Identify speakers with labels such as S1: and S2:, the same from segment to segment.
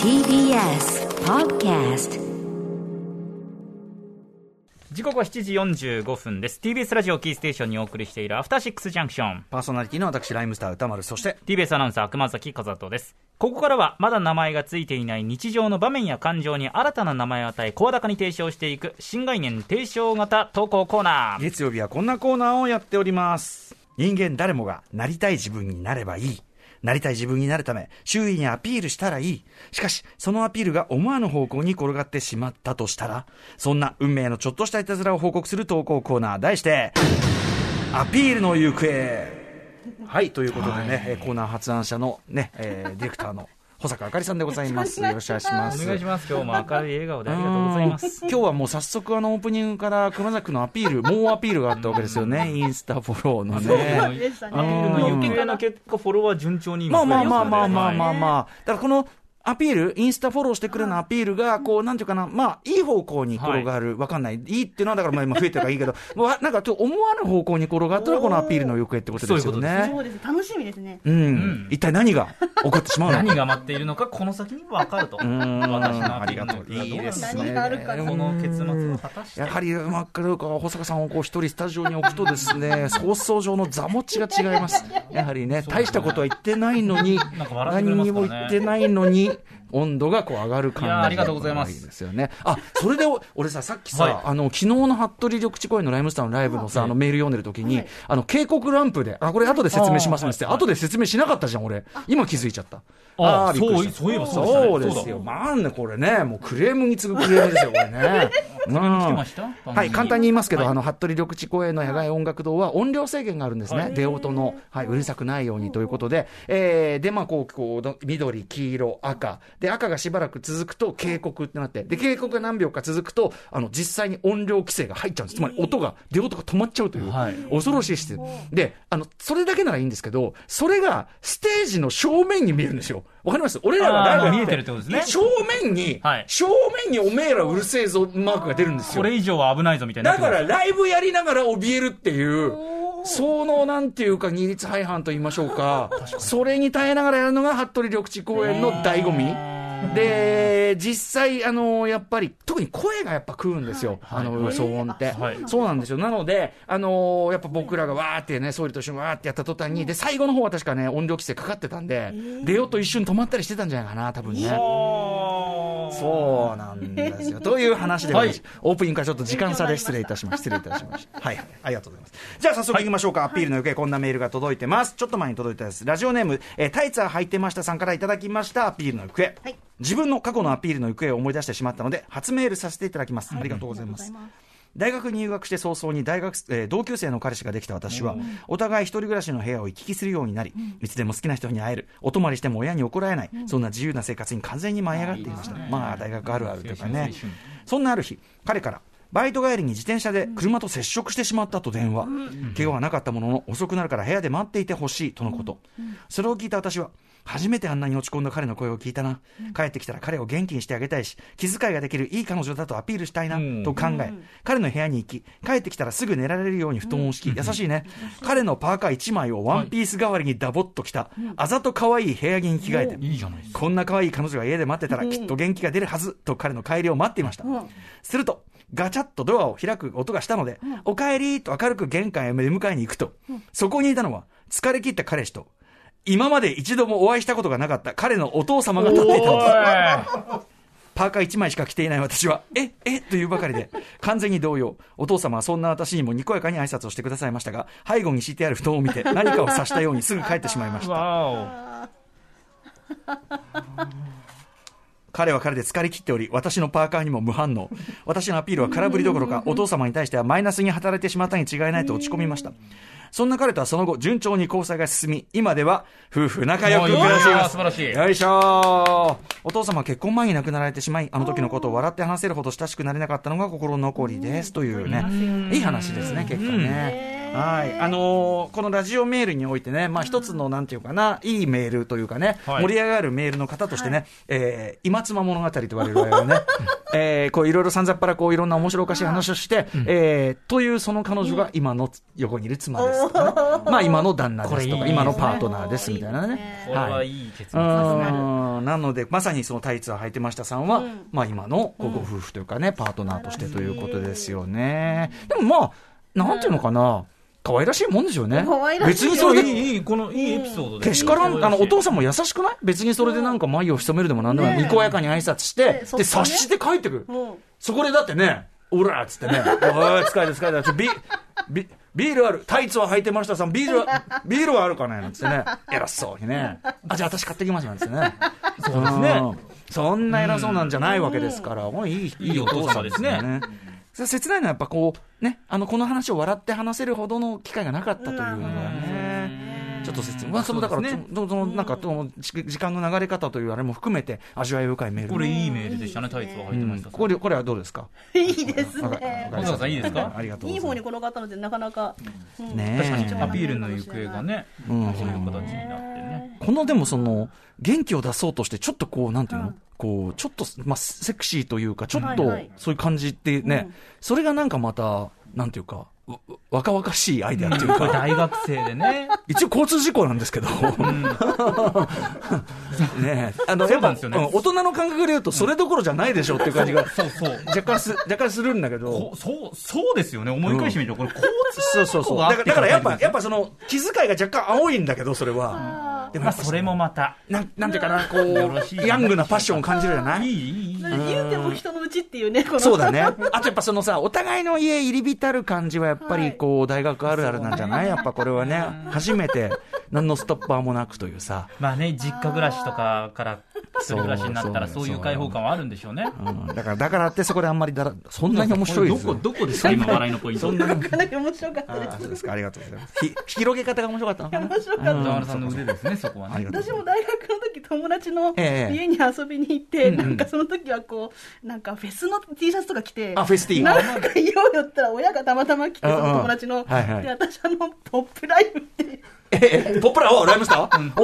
S1: TBS Podcast
S2: 時刻は7時45分です TBS ラジオキーステーションにお送りしているアフターシックスジャンクション
S3: パーソナリティの私ライムスター歌丸そして
S2: TBS アナウンサー熊崎和人ですここからはまだ名前がついていない日常の場面や感情に新たな名前を与え声高に提唱していく新概念提唱型投稿コーナー
S3: 月曜日はこんなコーナーをやっております人間誰もがなりたい自分になればいいなりたい自分になるため周囲にアピールしたらいいしかしそのアピールが思わぬ方向に転がってしまったとしたらそんな運命のちょっとしたいたずらを報告する投稿コーナー題してアピールの行方はいということでね、えーコーナー発案者のね、えーディレクターの保坂あかりさんでございますよろ しくお願いしま
S2: お
S3: す
S2: 願いし ます今日も明るい笑顔でありがとうございます
S3: うん今日はもう早速あのオープニングから熊崎のアピール、猛アピールがあったわけですよね、インスタフォローのね。
S4: でした
S3: あ
S4: ね。
S3: の
S2: 余計な結果フォロワー順調に
S3: ま
S2: 今
S3: あまあまあ
S2: 増え
S3: まあ
S2: て
S3: ま
S2: ま
S3: あ
S2: すね
S3: まあまあ、だからこのアピール、インスタフォローしてくれのアピールが、こう、なんていうかな、まあ、いい方向に転がる、わかんない、いいっていうのは、だからまあ今増えてるからいいけど、わなんかちょっと思わぬ方向に転がったら、このアピールの行方ってことですよね
S4: そ。うです。楽しみですね。
S3: うん、一体何が起こってしまうのか
S2: 何が待っているのかこの先に分かると私のアピールの行方がどうなるのか
S3: いいです
S4: ね何があるかな
S2: この結末は果たして
S3: やはり、まあ、どうか保坂さんをこう一人スタジオに置くとで すね、放送上の座持ちが違います。やはりね、大したことは言ってないのに、
S2: なんか笑ってくれ
S3: 何
S2: ます
S3: に
S2: から
S3: も
S2: ね
S3: 言ってないのに、温度がこう上がる感じ。
S2: いやーありがとうございます
S3: ですよね。あ、それでお、俺さ、さっきさ、
S2: はい
S3: あの、昨日の服部緑地公園のライムスターのライブのさ、あのメール読んでる時に、
S4: はい
S3: あの、警告ランプで、あ、これ後で説明しますねって、後で説明しなかったじゃん、俺。今気づいちゃった。
S2: あ
S3: ーびっくりした
S2: そういえばそうでしたね
S3: そうですよ。まあね、これね、もうクレームに次ぐクレームですよ、こ れね。うん
S2: 来てました番組
S3: はい、簡単に言いますけど、あの服部緑地公園の野外音楽堂は音量制限があるんですね、出音の、はい、うるさくないようにということで、えーで、まあこうこうど、緑、黄色、赤、で、赤がしばらく続くと警告ってなって、で、警告が何秒か続くと、あの実際に音量規制が入っちゃうんです、つまり音が、出音が止まっちゃうという、
S2: はい
S3: 恐ろしいして、であの、それだけならいいんですけど、それがステージの正面に見えるんですよ、わかります俺らがライブや
S2: あー見えてるってことですね
S3: 正面に、
S2: はい
S3: 正面におめえらうるせえぞマークが出るんですよ
S2: こ。れ以上は危ないぞみたいになっ
S3: だ
S2: てま
S3: か
S2: す
S3: らライブやりながら怯えるっていう、そのなんていうか、二律背反と言いましょ うか、それに耐えながらやるのが服部緑地公園の醍醐味。で、実際、あの、やっぱり、特に声がやっぱ食うんですよ、あの、騒音って、
S2: はい
S3: そうなんですよ。なので、あのやっぱ僕らがわーってね、総理と一緒にわーってやった途端に、で、最後の方は確かね、音量規制かかってたんで、出ようと一瞬止まったりしてたんじゃないかな、多分ね。そうなんですよ。という話でございます、オープニングからちょっと時間差で失礼いたしました。失礼いたしました。はい、はい、ありがとうございます。じゃあ早速行きましょうか。アピールの行方、こんなメールが届いてます。ちょっと前に届いたです。ラジオネーム、えータイツは履いてましたさんからいただきました、アピールの行方。
S4: はい
S3: 自分の過去のアピールの行方を思い出してしまったので、初メールさせていただきます。ありがとうございます。大学入学して早々に大学、えー同級生の彼氏ができた私は、お互い一人暮らしの部屋を行き来するようになり、いつでも好きな人に会える、お泊まりしても親に怒られない、そんな自由な生活に完全に舞い上がっていました。まあ、大学あるあるというかね。そんなある日、彼から、バイト帰りに自転車で車と接触してしまったと電話、怪我はなかったものの、遅くなるから部屋で待っていてほしいとのこと、それを聞いた私は、初めてあんなに落ち込んだ彼の声を聞いたな、帰ってきたら彼を元気にしてあげたいし、気遣いができるいい彼女だとアピールしたいな
S2: うん
S3: と考え、彼の部屋に行き、帰ってきたらすぐ寝られるように布団を敷き、優しいね、彼のパーカー1枚をワンピース代わりにダボっと着た、あざと可愛い部屋着に着替えて、
S2: いいじゃないですか
S3: こんな可愛い彼女が家で待ってたらきっと元気が出るはずと彼の帰りを待っていました。すると、ガチャッとドアを開く音がしたので、お帰りと明るく玄関へ出迎えに行くと、そこにいたのは疲れ切った彼氏と、今まで一度もお会いしたことがなかった彼のお父様が立っていたのです。パーカー1枚しか着ていない私は、え、えというばかりで、完全に動揺。お父様はそんな私にもにこやかに挨拶をしてくださいましたが、背後に敷いてある布団を見て、何かを察したようにすぐ帰ってしまいました。
S2: わ
S3: 彼は彼で疲れ切っており、私のパーカーにも無反応。私のアピールは空振りどころか、お父様に対してはマイナスに働いてしまったに違いないと落ち込みました。そんな彼とはその後、順調に交際が進み、今では夫婦仲良く暮らしています。
S2: もういいよ素晴らしい
S3: よいしょーお父様は結婚前に亡くなられてしまい、あの時のことを笑って話せるほど親しくなれなかったのが心残りです。というね、いい話ですね、結構ね。はい。あのーこのラジオメールにおいてね、まあ一つの、なんていうかな、いいメールというかね、
S2: はい
S3: 盛り上がるメールの方としてね、えー今妻物語と言われる我々 ね、えーこういろいろさんざっぱらこういろんな面白おかしい話をして、えーというその彼女が今の横にいる妻ですとかね、まあ今の旦那ですと
S2: こ
S3: か、
S2: れいいですね
S3: 今のパートナーですみたいなね。
S2: これはいい結末ですね
S3: うんなのでまさにそのタイツを履いてましたさんは、
S4: うん
S3: まあ、今のごご夫婦というかね、パートナーとしてということですよね。でもまあなんていうのかな、可愛らしいもんですよね
S4: 可愛。らし
S3: 別
S4: い
S3: にそ
S2: それ
S3: れで
S2: いいいいこのいいエピソードで
S3: けしからん、あの、お父
S2: さ
S3: さんも優しくない別にそれでなんか眉を潜めるでもなんでもない。
S4: ね
S3: にこやかに挨拶して
S4: で、そ
S3: で、
S4: っとね
S3: 察して帰ってくる。
S4: も
S3: そこでだってね、おらーっつってね、おい、疲れた疲れた、ちょビビビールある、タイツは履いてましたさん、ビールは、ビールはあるかねなんつってね、偉そうにね、あ、じゃあ私買ってきますなんつってね。そうですね。そんな偉そうなんじゃないわけですから、もういい、
S2: いいお父様ですね。
S3: それ切ないのはやっぱこう、ね、あの、この話を笑って話せるほどの機会がなかったというのがね。ちょっと説明、まあ、そのだから、
S2: そうですね
S3: そのそのなんか、その時時間の流れ方というあれも含めて、味わい深いメール。
S2: これいいメールでしたねタイツを履いてました
S3: うん
S2: さん
S3: これこれはどうですか。
S4: ういいですね。
S2: 本田さんいいですか
S3: ありがとう
S4: いい
S3: ご
S4: 方
S3: ざ
S4: に
S3: いま
S4: 転がったのでなかなか。うん
S3: ねえ
S2: 確かにアピールの行方が。ね、
S3: す。うん
S2: そういう形になってね。
S3: このでもその元気を出そうとしてちょっとこうなんていうの、
S4: うん
S3: こうちょっとまあセクシーというかちょっ
S4: は
S3: と
S4: いはい
S3: そういう感じってね、
S4: うん
S3: それがなんかまたなんていうかわ若々しいアイデアっていう
S2: これ
S3: か。
S2: 大学生でね。
S3: 一応交通事故なんですけど、 ねえあの
S2: そうなん
S3: やっぱ
S2: ですよね
S3: うん大人の感覚で言うと、それどころじゃないでしょうっていう感じが
S2: そうそう。
S3: 若干す若干するんだけど、
S2: こそう、そうですよね。思い返してみると、これ、交
S3: そうそうそ
S2: こ
S3: う。
S2: うあ
S3: だ
S2: っ
S3: から
S2: て
S3: だからやっぱ
S2: 書い、て
S3: やっぱその、気遣いが若干青いんだけど、それは。で
S2: 通、まあ、それもまた。
S3: なん、なんていうかな、こ、
S2: よろしいうな
S3: ヤングなパッションを感じるじゃない
S2: い
S3: い
S2: い、いい、いい。
S4: 言うても人のうちっていうね、この。
S3: そうだね。あとやっぱそのさ、お互いの家入り浸る感じはやっぱ
S4: は
S3: り
S4: い
S3: こう、大学あるあるなんじゃないやっぱこれはね、初めて何のストッパーもなくというさ。
S2: まあね、実家暮らしとかから、一人暮らしになったら、
S3: そう
S2: そういう開放感はあるんでしょうね。
S3: うんだから、だからってそこであんまりだら、そんなに面白い
S2: こ
S3: で
S2: れ
S3: す
S2: どこ、どこですか、今、笑いのポイント。
S3: そんなに。
S4: かなり面白かっ
S3: あ
S4: たで
S3: ー
S4: す。
S3: そうですか。ありがとうございます。ひ広げ方が面白かったのかな。
S4: 面白かった
S3: うん
S2: 田原さんの腕ですね、そこは
S3: あり
S2: ね。
S3: がとうございます
S4: 私も大学の時友達の
S3: ええ
S4: 家に遊びに行って、
S3: んうん
S4: なんかその時はこうなんかフェスの T シャツとか着て
S3: あフェスティー
S4: なんか言おうよったら親がたまたま来て
S3: うん
S4: そ
S3: うん
S4: の友達の、
S3: はいはい
S4: で私あのポップライブっていう
S3: ええ、ポップラ、お、ライムスターお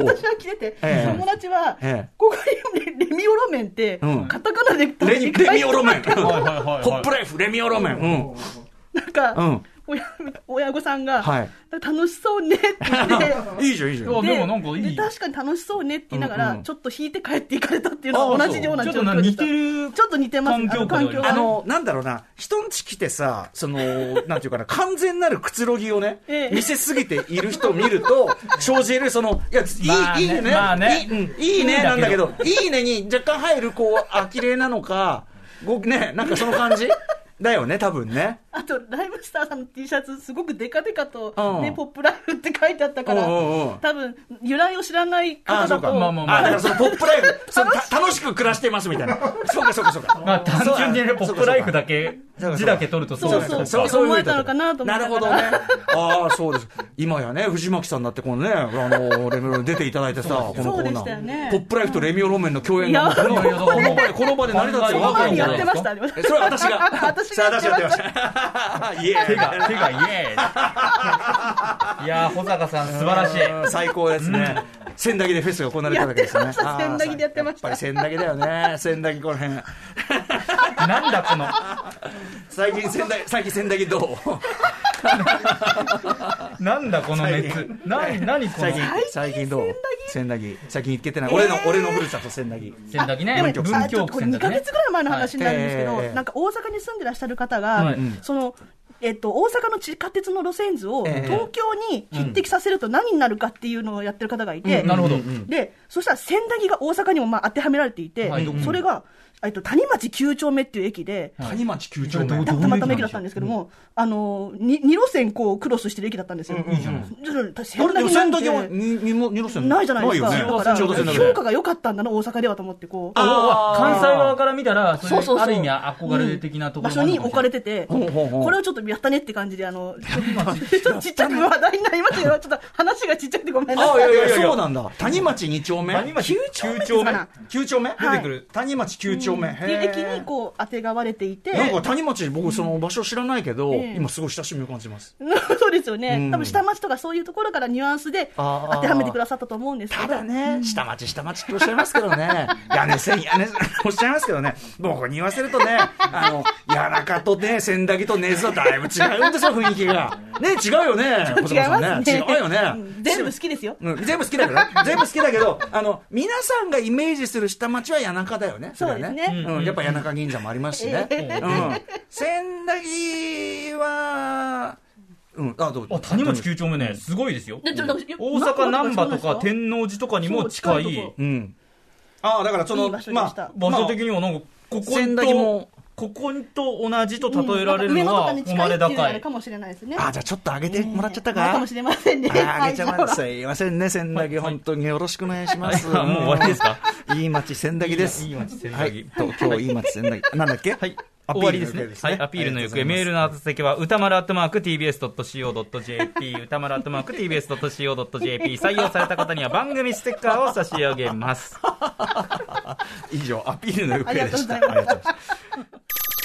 S3: ー
S4: 私は着てて、
S3: ええ
S4: 友達は、
S3: ええ
S4: ここにレレミオロメンって、
S3: うん
S4: カタカナで
S3: レミレミオロメン。ポ
S2: はいはいはいはい
S3: ップライフ、レミオロメン。うん。
S4: なんか、
S3: うん
S4: 親親御さんが、
S3: はい
S4: 楽しそうねって言 って。
S3: いいじゃん、いいじゃん。
S2: あでもなんかいい
S4: で確かに楽しそうねって言いながら、
S3: うんうん
S4: ちょっと引いて帰っていかれたっていうのは同じような
S2: ちょっ
S4: 状
S2: とな
S4: 況でし
S2: 似
S4: た
S2: てる。
S4: ちょっと似てます
S2: 環境下ではあります
S3: あ
S4: あの
S3: の、なんだろうな、人んち来てさ、その、 なんていうかな、完全なるくつろぎをね
S4: え、え
S3: 見せすぎている人を見 ると、生じる、その、いや、
S2: まあ
S3: い
S2: ね
S3: い、いいね、
S2: まあね
S3: いいうんいいね、なんだけど、いいねに若干入る、こう、あきれいなのか、ご、ね、なんかその 感じだよね、多分ね。
S4: あとライムスターさんの T シャツすごくデカデカと、
S3: うん
S4: ね、ポップライフって書いてあったから、
S3: うんうんうん
S4: 多分由来を知らない方だ
S3: あそうか
S4: と
S2: まあまあ
S3: あ、だからそのポップライフ、そのた楽しく暮らしてますみたいな。そうか、そうか、そうか。
S2: まあ、単純にね、ポップライフだけ
S3: そうか、
S2: 字だけ取るとそうです
S4: そう
S2: か
S4: そう
S3: いうふうに
S4: 思えたのかなと思っ
S3: な
S4: た
S3: る
S4: か
S3: ほど
S4: ら
S3: ね。ああ、そうです。今やね、藤巻さんだって、このね、あの、レミオロメン出ていただいてさ、このコーナ
S4: そうでしたよ
S3: ー。
S4: ね
S3: ポップライフとレミオロメンの共演が、もう
S4: い
S3: こ
S4: や
S3: のこの場で、この場で成り立つ
S2: こ
S3: よ。
S2: の場
S4: 前
S2: で
S4: にやってまし
S2: こ
S4: たね
S3: えそれは私が。
S4: 私がやってま
S3: さあ私がやってまし
S4: した
S3: た。イエーイ
S2: 手が、手がイエーイ。いやー、保坂さん、素晴らしい。
S3: うん最高ですね。千駄木でフェスが行われたわけですね。
S4: やってました千駄木でやってました
S3: あーやっぱり千駄木だよね。千駄木この辺。
S2: なんだこの、
S3: 最近千駄木、最近千駄木どう
S2: なんだこの熱。なに、なにこの
S3: 最。近、最近どう千駄木。最近行けてない。俺の、俺のふるさと千駄木。
S2: 千駄木
S4: でも
S2: ね、
S4: ちょ
S2: 文
S4: っ
S2: 京
S4: と
S2: 区
S4: これ
S2: 千駄
S4: 2
S2: 木
S4: か
S2: ね
S4: 月。ぐらい前の話になるんですけど、
S3: はいええええ
S4: なんか大阪に住んでらっしゃる方が、
S2: はい
S4: そのえっと、大阪の地下鉄の路線図を
S3: ええ
S4: 東京に匹敵させると何になるかっていうのをやってる方がいて、
S2: うんなるほど。
S4: でそしたら千駄木が大阪にもまあ当てはめられていて、
S2: はいどこ
S4: それが、えっと、谷町9丁目っていう駅で、
S3: 谷町九丁
S2: ど
S3: 目
S2: う。
S4: たまたま駅だったんですけども、あのに2路線こうクロスしてる駅だったんですよ。
S2: いいじゃないです
S4: ちょっと
S3: あれでも千
S4: 千
S3: 駄
S4: 駄
S3: 木
S4: 木
S3: は
S4: なんて
S3: ににも二路線
S4: ないじゃないです
S3: よ
S4: か、
S3: ね
S4: だから
S3: ちょうど千駄木
S4: 評価が良かったんだな、大阪ではと思ってこう、
S3: あー
S2: 関西側から見たら、
S4: そ
S2: そう
S4: そう
S2: ういう
S4: そ
S2: うある意味憧れ的なとこ
S4: 場
S2: ろ
S4: 所
S2: もある
S4: に
S2: のかもしれな
S4: 置かれ
S2: い
S4: てて、
S3: ほうほうほう
S4: これをちょっとやったねって感じで、あの、ちょっとちっちゃく話題になりましたけど、ちょっと話がちっちゃくてごめんな
S3: ああ
S4: さ
S3: い
S4: い。
S3: やいやいやそうなんだ谷町二丁目
S2: 谷町
S3: 九
S4: 丁目
S3: 九丁目出
S4: い
S3: てくる谷町九丁目
S4: っ
S3: へ
S4: ていう駅
S3: え
S4: にこう、当てがわれていて、
S3: なんか谷町僕その場所知らないけど
S4: ええ
S3: 今すごい親しみを感じます
S4: そうですよね、
S3: うん
S4: 多分下町とかそういうところからニュアンスで
S3: あー
S4: 当てはめてくださったと思うんですけ
S3: た
S4: ど、
S3: だね、下町、下町っておっしゃいますけど ね、屋根線、屋根線、おっしゃいますけどね、僕に 言わせるとね、あの、谷中とね、千駄木と根津はだいぶ違うんですよ、雰囲気が。ね違うよね
S4: 違
S3: 小
S4: い
S3: 坂
S4: ます
S3: さん
S4: ね
S3: ね 違うよね
S4: うん全部好きですよ
S3: うん、全部好きだけど ね、全部好きだけど、あの、皆さんがイメージする下町は谷中だよね。れは
S4: そうですね
S3: うん、やっぱ谷中銀座もありますしね。うん。仙台は、うん、あ、どう
S2: あ谷町9丁目ね、すごいですよ。
S4: ででもなんかよ
S2: 大阪難波とか
S4: なん
S2: 天王寺とかにも近
S4: そう近い
S2: い
S4: とこ
S3: うん。ああ、だからそ
S4: い
S3: の、
S4: い場所で
S3: ま
S4: した
S3: あ、
S2: 場
S3: ま
S2: 所
S3: あ
S2: 的にはなんかここと
S3: 仙台も
S2: ここと同じと例えられるのは
S4: うんな
S2: 生ま
S4: んか上野とかに近い
S2: れ
S4: っていう
S2: 高
S4: あれ
S2: い
S4: かもしれないですね
S3: あ、じゃあちょっと上げてもらっちゃった
S4: まあ
S3: か。
S4: かもしれませんね
S3: ああげちゃいま
S4: はい
S3: す。すいませんね、仙台。本当によろしくお願いします。
S2: はいはいもう終わりですか
S3: いい町仙台です。
S2: いい町仙台。
S3: はい。と今日いい町仙台。なんだっけはい
S2: 終わりですね。はい、アピールの行方、メールの宛先は、歌丸アットマーク tbs.co.jp、歌丸アットマーク tbs.co.jp、採用された方には番組ステッカーを差し上げます。
S3: 以上、アピールの行方
S4: ありが
S3: で
S4: とうご
S3: した。
S4: ざ
S3: あ
S4: い
S3: りが
S4: ま
S3: とうござい